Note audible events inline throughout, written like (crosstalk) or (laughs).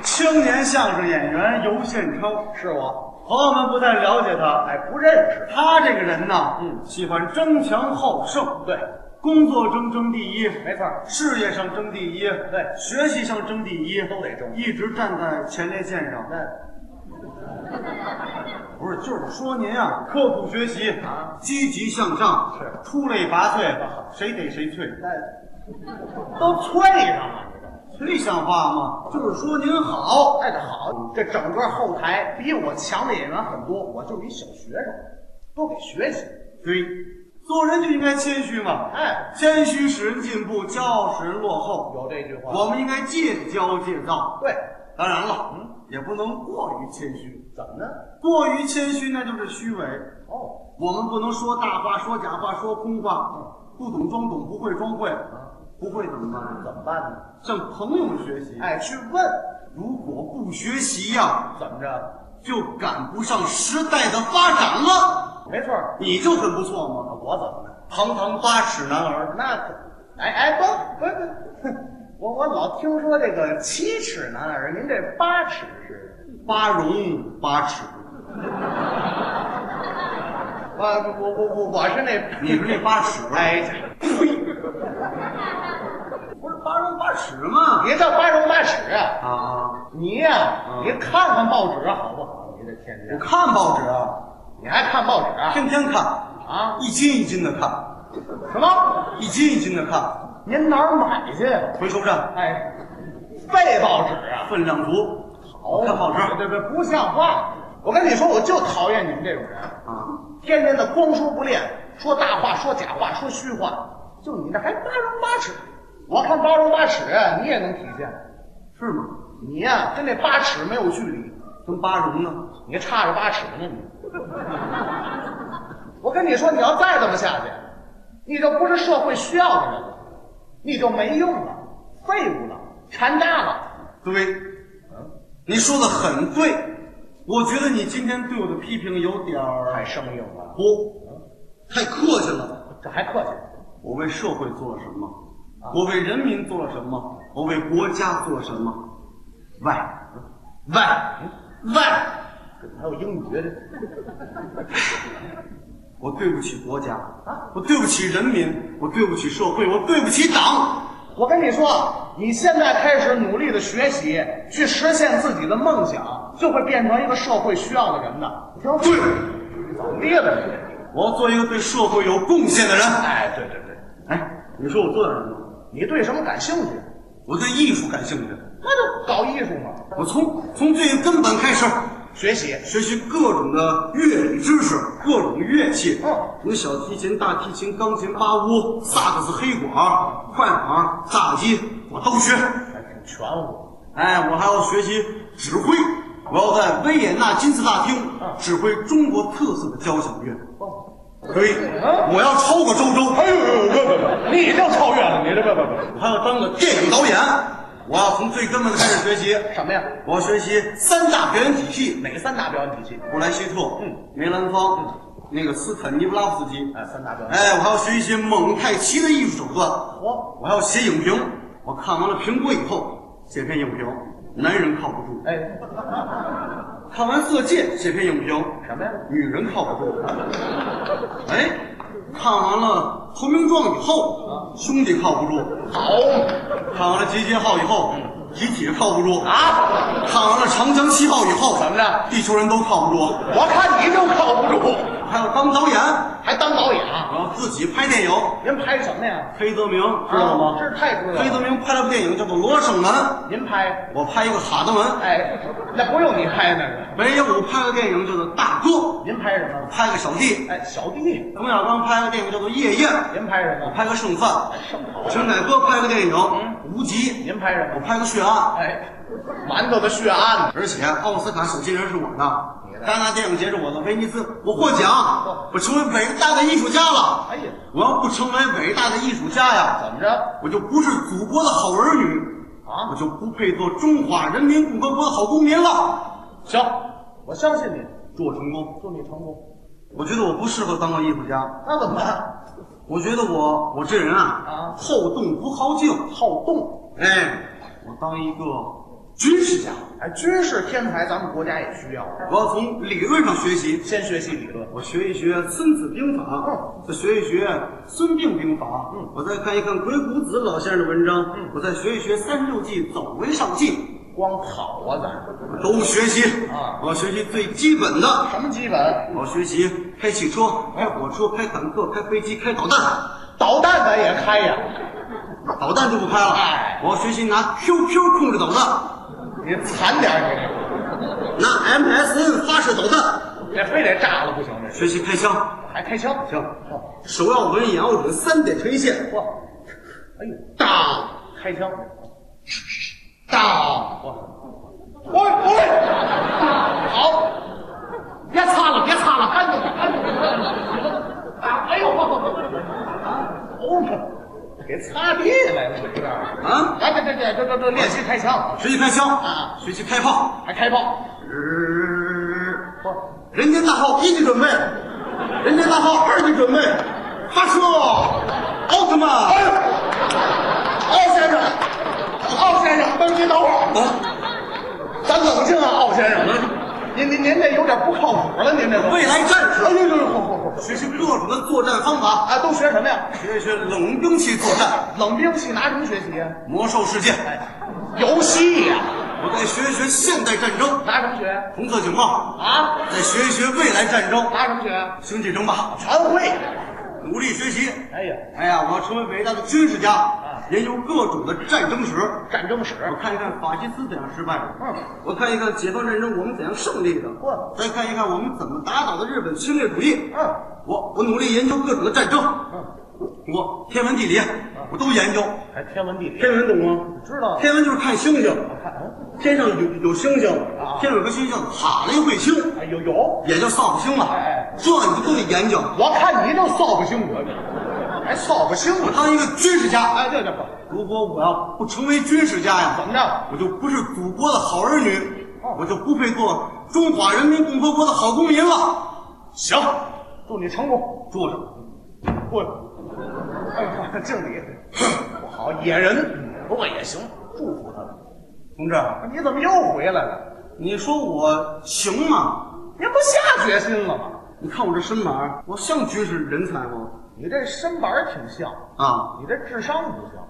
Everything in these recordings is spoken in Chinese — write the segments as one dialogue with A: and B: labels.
A: 青年相声演员尤宪超。
B: 是我，
A: 朋友们不太了解他，
B: 哎，不认识。
A: 他这个人呐，
B: 嗯
A: 喜欢争强好胜，
B: 对，
A: 工作中争第一，
B: 没错儿，
A: 事业上争第一，
B: 对
A: 学习上争第一，
B: 都得争
A: 一直站在前列线上。
B: 那
A: (laughs) 不是，就是说您啊，刻苦学习
B: 啊，
A: 积极向上，
B: 是
A: 出类拔萃，谁逮谁去。
B: 那都脆上了。
A: 这像话吗？就是说您好，
B: 带的好，这整个后台比我强的演员很多，我就是一小学生，多给学习。
A: 对，做人就应该谦虚嘛。
B: 哎，
A: 谦虚使人进步，骄傲使人落后。啊
B: 有这句话，
A: 我们应该戒骄戒躁。
B: 对，
A: 当然了，嗯，也不能过于谦虚。
B: 怎么呢？
A: 过于谦虚那就是虚伪。
B: 哦，
A: 我们不能说大话、说假话、说空话，不懂装懂，不会装会，不会怎么办？
B: 怎么办呢？
A: 向朋友学习。，
B: 哎，去问，
A: 如果不学习呀、
B: 怎么着？
A: 就赶不上时代的发展了。
B: 没错儿，
A: 你就很不错嘛，
B: 我怎么了？
A: 堂堂八尺男儿，
B: 那可，哎哎，不不不，我我老听说这个七尺男儿，您这八尺是？
A: 八荣八耻。
B: 我我我我我是那，
A: 你是那八尺？
B: 哎，呀，呸！
A: 不是八荣八耻吗？
B: 别叫八荣八耻啊！
A: 啊，
B: 你呀、
A: 嗯
B: 你看看报纸好不好？你这天
A: 我
B: 天，
A: 看报纸啊，
B: 你还看报纸啊？
A: 天天看，
B: 啊？
A: 一斤一斤的看，
B: 什么？
A: 一斤一斤的看，
B: 您哪儿买去？
A: 回收站
B: 哎，废报纸啊！
A: 分量足，
B: 好
A: 看报纸啊
B: 对对，不像话！我跟你说，我就讨厌你们这种人，
A: 啊。
B: 天天的光说不练，说大话，说假话，说虚话。就你这还八荣八耻，我看八荣八耻啊你也能体现。
A: 是吗？
B: 你呀、跟那八尺没有距离，
A: 跟八荣呢？
B: 你差着八尺呢你。我跟你说，你要再这么下去，你就不是社会需要的人了，你就没用了，废物了，残渣了。
A: 对，你说的很对，我觉得你今天对我的批评有点
B: 太
A: 儿
B: 生硬了，
A: 不，太客气了。
B: 这还客气？
A: 我为社会做了什么？我为人民做了什么？我为国家做了什么？喂，喂，喂！
B: 还有英语的
A: 我对不起国家
B: 啊，
A: 我对不起人民，我对不起社会，我对不起党。
B: 我跟你说，你现在开始努力的学习，去实现自己的梦想，就会变成一个社会需要的人的。你听说
A: 对，
B: 怎么地了你？
A: 我要做一个对社会有贡献的人。
B: 哎，对对对，
A: 哎，你说我做点什么？
B: 你对什么感兴趣？
A: 我对艺术感兴趣。
B: 那就搞艺术嘛，
A: 我从从最根本开始
B: 学习。
A: 学习各种的乐理知识，各种乐器，
B: 嗯
A: 从小提琴、大提琴、钢琴、八乌、萨克斯、黑管、快板、炸鸡，我都学。
B: 还挺全乎。
A: 哎，我还要学习指挥，我要在维也纳金字塔厅
B: 嗯
A: 指挥中国特色的交响乐。
B: 哦，
A: 可以，我要超过周周，
B: 哎呦呦，不不不， (laughs) 你就超越了，你这不不
A: 我还要当个电影导演。我要从最根本开始学习，
B: 不，什么呀？
A: 我要学习三大表演体系。
B: 哪三大表演体系？
A: 布莱希特，
B: 嗯，
A: 梅兰芳，那个斯坦尼布拉夫斯基，
B: 哎，三大表演。
A: 哎，我还要学一些蒙太奇的艺术手段，
B: 我，
A: 我还要写影评。我看完了评估以后，写篇影评，男人靠不住；
B: 哎，
A: 看完《色戒》，写篇影评，
B: 什么呀？
A: 女人靠不住。哎，看完了《投名状》以后，兄弟靠不住；
B: 好
A: 看完了《集结号》以后，集体靠不住；
B: 啊，
A: 看完了《长江七号》以后，
B: 怎么着？
A: 地球人都靠不住。
B: 我看你就靠不住，
A: 还要当导演，
B: 还当导演啊？
A: 我要自己拍电影。
B: 您拍什么呀？啊
A: 黑泽明知道吗？
B: 这太知道了
A: 黑泽明拍了部电影叫做《罗生门》，
B: 您拍？
A: 我拍一个哈德门。
B: 哎，那不用你拍那个，
A: 没有，我拍个电影叫做《大哥》，
B: 您拍什么？
A: 拍个小弟。
B: 哎，小弟，
A: 冯小刚拍个电影叫做《夜宴》，
B: 您拍什
A: 我
B: 么？
A: 拍个剩饭。
B: 圣好，
A: 陈凯歌拍个电影《无极》，
B: 您拍什
A: 我
B: 么？
A: 拍个血案。
B: 哎，馒头的血案，
A: 而且奥斯卡首席人是我
B: 你
A: 的，
B: 的
A: 戛纳电影节是我的，威尼斯我获奖，我成为伟大的艺术家了。
B: 哎呀
A: 我要不成为伟大的艺术家呀，
B: 怎么着？
A: 我就不是祖国的好儿女。
B: 啊
A: 我就不配做中华人民共和国的好公民了。
B: 行，我相信你，
A: 祝我成功！
B: 祝你成功。
A: 我觉得我不适合当个艺术家，
B: 那怎么办？
A: 我觉得我我这人啊
B: 啊
A: 好动不好静。
B: 好动，
A: 哎，我当一个军事家。
B: 哎，军事天才咱们国家也需要。
A: 我要从理论上学习，
B: 先学习理论，
A: 我学一学《孙子兵法》，
B: 嗯
A: 再学一学《孙膑兵法》，
B: 嗯
A: 我再看一看鬼谷子老先生的文章，
B: 嗯
A: 我再学一学《三六计》《走为上计》，
B: 光跑啊咱。
A: 我都学习
B: 啊
A: 我要学习最基本的，
B: 什么基本？
A: 我要学习开汽车、开火车、开坦克、开飞机、开导弹，
B: 导弹咱也开呀，
A: 导弹就不开了。
B: 哎
A: 我要学习拿 QQ 控制导弹，
B: 你惨点儿
A: 拿 MSN 发射导弹，
B: 你，这哎非得炸了不行，这是
A: 学习开枪。
B: 还开枪？
A: 行
B: 哦，
A: 首要文言要准，三点垂线，
B: 嚯，哎呦，
A: 当
B: 开枪！
A: 当。
B: 喂喂，好，
A: 别擦了，别擦了。
B: 安住安住安住！啊，哎呦，啊，哦，给擦地来了，这是。
A: 啊，
B: 来，这这这这这这练习开枪，
A: 学习开枪
B: 啊
A: 学习开炮。
B: 还开炮，嚯！
A: 人间大炮一级准备，人间大炮二级准备，发射，奥特
B: 哎
A: 曼。
B: 奥哎先生，奥先生，等您等会儿，
A: 啊，
B: 咱冷静啊，奥先生。您您您这有点不靠谱了，您这都。
A: 未来战
B: 哎
A: 士
B: 呦呦呦，嚯嚯嚯！
A: 学习各种的作战方法，
B: 啊，都学什么呀？
A: 学学冷兵器作战，
B: 冷兵器拿什么学习呀？
A: 魔兽世界。
B: 游戏呀，
A: 我再学学现代战争，
B: 拿什么学？
A: 红色警报。
B: 啊，
A: 再学一学未来战争，
B: 拿什么学？
A: 星际争霸，
B: 全会。
A: 努力学习。
B: 哎呀，
A: 哎呀，我要成为伟大的军事
B: 啊
A: 家，研究各种的战争史。
B: 战争史，
A: 我看一看法西斯怎样失败的，
B: 嗯，
A: 我看一看解放战争我们怎样胜利的，
B: 嗯
A: 再看一看我们怎么打倒的日本侵略主义。
B: 嗯，
A: 我我努力研究各种的战争，我天文地理
B: 嗯
A: 我都研究。
B: 还天文地理，
A: 天文懂吗？
B: 知道
A: 天文就是看星星，
B: 嗯看，嗯
A: 天上有有星星
B: 啊，
A: 天上有颗星叫塔雷彗星，
B: 哎有有，
A: 也叫扫把星嘛
B: 哎哎。
A: 这你都得研究。
B: 我看你就扫不清我，还扫不清
A: 我
B: 我。
A: 当一个军事家，
B: 哎，对对对，
A: 如果我要不成为军事家呀，
B: 怎么着？
A: 我就不是祖国的好儿女，我就不配做中华人民共和国的好公民了。行，
B: 祝你成功。
A: 坐着。
B: 我，哎，敬礼，不好，野人，不过也行，祝福他了。
A: 同志，
B: 你怎么又回来了？
A: 你说我行吗？
B: 您不下决心了吗？
A: 你看我这身板儿，我像军事人才吗？
B: 你这身板儿挺像，
A: 啊！
B: 你这智商不像。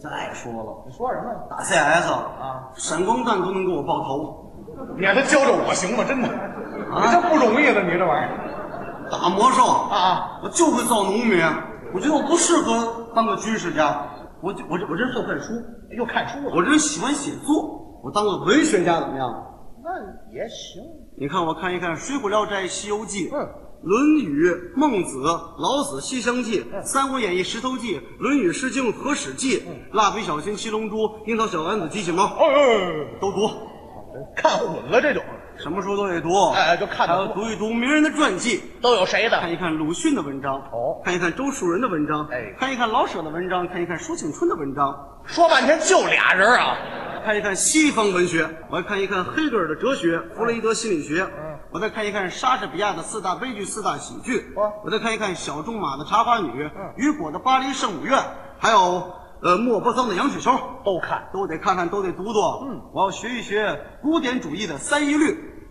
A: 再说了，
B: 你说什么呀？
A: 打 CS
B: 啊，
A: 闪光弹都能给我爆头，
B: 你让他教教我行吗？真的，你这不容易了，你这玩意儿
A: 打魔兽，
B: 啊！
A: 我就会造农民。我觉得我不适合当个军事家，我就我这我这会看书，
B: 又看书了，
A: 我这人喜欢写作，我当个文学家怎么样？
B: 那也行。
A: 你看，我看一看《水浒聊斋》《西游记》
B: 嗯
A: 论语》《孟子》《老子》《西厢记》
B: 哎
A: 三国演义》《石头记》《论语》《诗经》《和史记》蜡笔小新》《七龙珠》《樱桃小丸子》《机器猫
B: 哎呦，》
A: 都读，
B: 看混了这就。
A: 什么书都得读。
B: 哎就
A: 还
B: 看得
A: 要
B: 多
A: 读一读名人的传记，
B: 都有谁的？
A: 看一看鲁迅的文章，
B: 哦
A: 看一看周树人的文章，
B: 哎
A: 看一看老舍的文章，看一看舒庆春的文章，
B: 说半天就俩人啊！
A: 看一看西方文学，我还看一看黑格尔的哲学、弗洛伊德心理学，
B: 嗯
A: 我再看一看莎士比亚的四大悲剧、四大喜剧
B: 哇，嗯
A: 我再看一看小仲马的《茶花女》，雨果的《巴黎圣母院》，还有呃莫泊桑的《羊水球》，
B: 都看。
A: 都得看看，都得读读。
B: 嗯，
A: 我要学一学古典主义的三一律，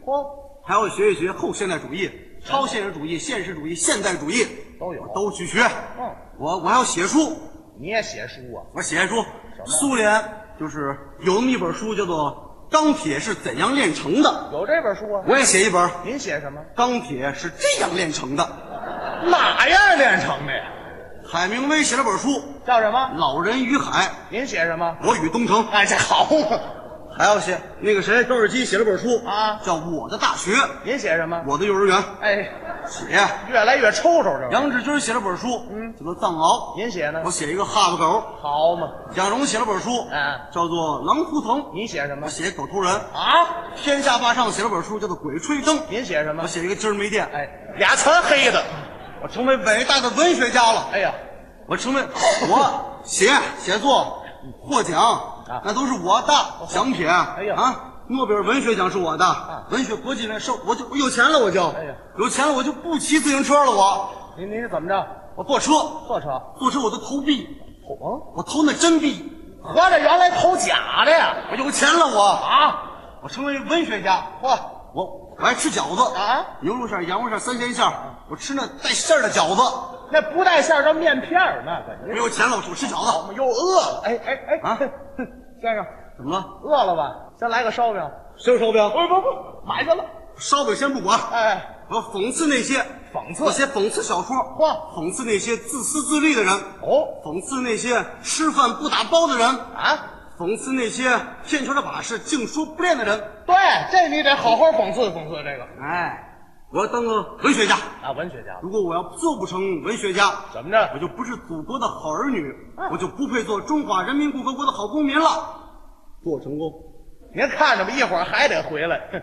B: 嚯，
A: 还要学一学后现代主义、超现实主义、现实主义、现代主义，
B: 都有
A: 我都去学。
B: 嗯，
A: 我我还要写书，
B: 你也写书啊？
A: 我写书。苏联就是有那么一本书叫做《钢铁是怎样炼成的》，
B: 有这本书啊？
A: 我也写一本《
B: 您写什么？
A: 钢铁是这样炼成的》。
B: 哪样练成的呀？
A: 海明威写了本书《
B: 叫什么？
A: 老人与海》，
B: 您写什么？
A: 我与东城，
B: 哎，这好。
A: 还要写那个谁，高尔基写了本书
B: 啊
A: 叫《我的大学》，
B: 您写什么？
A: 我的幼儿园。
B: 哎，
A: 写
B: 越来越抽抽这个。
A: 杨志军写了本书，
B: 嗯
A: 叫做《藏獒》，
B: 您写呢
A: 我？写一个哈巴狗。
B: 好嘛，
A: 贾蓉写了本书，
B: 啊
A: 叫做《狼图腾》，
B: 你写什么
A: 我？写狗头人。
B: 啊，
A: 天下霸上写了本书，叫做《鬼吹灯》，
B: 您写什么
A: 我？写一个今儿没电。
B: 哎，俩全黑的。
A: 我成为伟大的文学家了。
B: 哎呀，
A: 我成为我写写作获奖，那都是我的奖品。哎
B: 啊呀
A: 啊，
B: 啊
A: 诺贝尔文学奖是我的，文学国际人授，我就我有钱了，我就
B: 哎呀
A: 有钱了，我就不骑自行车了，我
B: 您您怎么着？
A: 我坐车，
B: 坐车？
A: 坐车我都投币，
B: 火？
A: 我投那真币，
B: 合着原来投假的呀？
A: 我有钱了我，
B: 啊，
A: 我成为文学家，
B: 嚯，
A: 我我爱吃饺子
B: 啊，
A: 牛肉馅儿、羊肉馅儿、三鲜馅儿，我吃那带馅儿的饺子。
B: 那不带馅儿的面片儿，那个
A: 我有钱了，我我吃饺
B: 我
A: 子。
B: 们又饿了。哎哎哎，
A: 啊
B: 先生
A: 怎么了？
B: 饿了吧？先来个烧饼。
A: 谁有烧饼？
B: 不不不，买去了。
A: 烧饼先不管，
B: 哎，
A: 我啊讽刺那些
B: 讽刺
A: 我写讽刺小说，
B: 嚯
A: 讽刺那些自私自利的人，
B: 哦
A: 讽刺那些吃饭不打包的人，
B: 啊，
A: 讽刺那些骗圈的把式、净说不练的人。
B: 对，这你得好好讽刺讽刺这个
A: 哎，我要当个文学家。
B: 啊，文学家
A: 如果我要做不成文学家，
B: 怎么着？
A: 我就不是祖国的好儿女
B: 嗯，
A: 我就不配做中华人民共和国的好公民了。祝我成功，
B: 您看着吧，一会儿还得回来。 (laughs)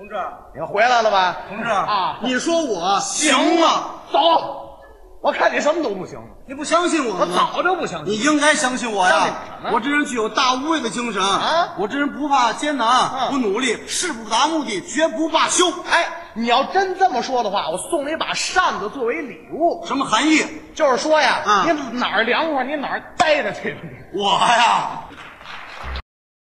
A: 同志，
B: 您回来了吧，
A: 同志
B: 啊？
A: 你说我行吗？
B: 走，我看你什么都不行，
A: 你不相信我
B: 我
A: 了吗？
B: 早就不相
A: 你
B: 信。
A: 应该相信我
B: 相信你什
A: 呀！
B: 么
A: 我这人具有大无畏的精神
B: 啊
A: 我这人不怕艰难，
B: 嗯
A: 我努力，誓不达目的，绝不罢休。
B: 哎，你要真这么说的话，我送你把扇子作为礼物。
A: 什么含义？
B: 就是说呀，
A: 嗯
B: 您哪儿凉快，您哪儿待着去吧。
A: 我呀，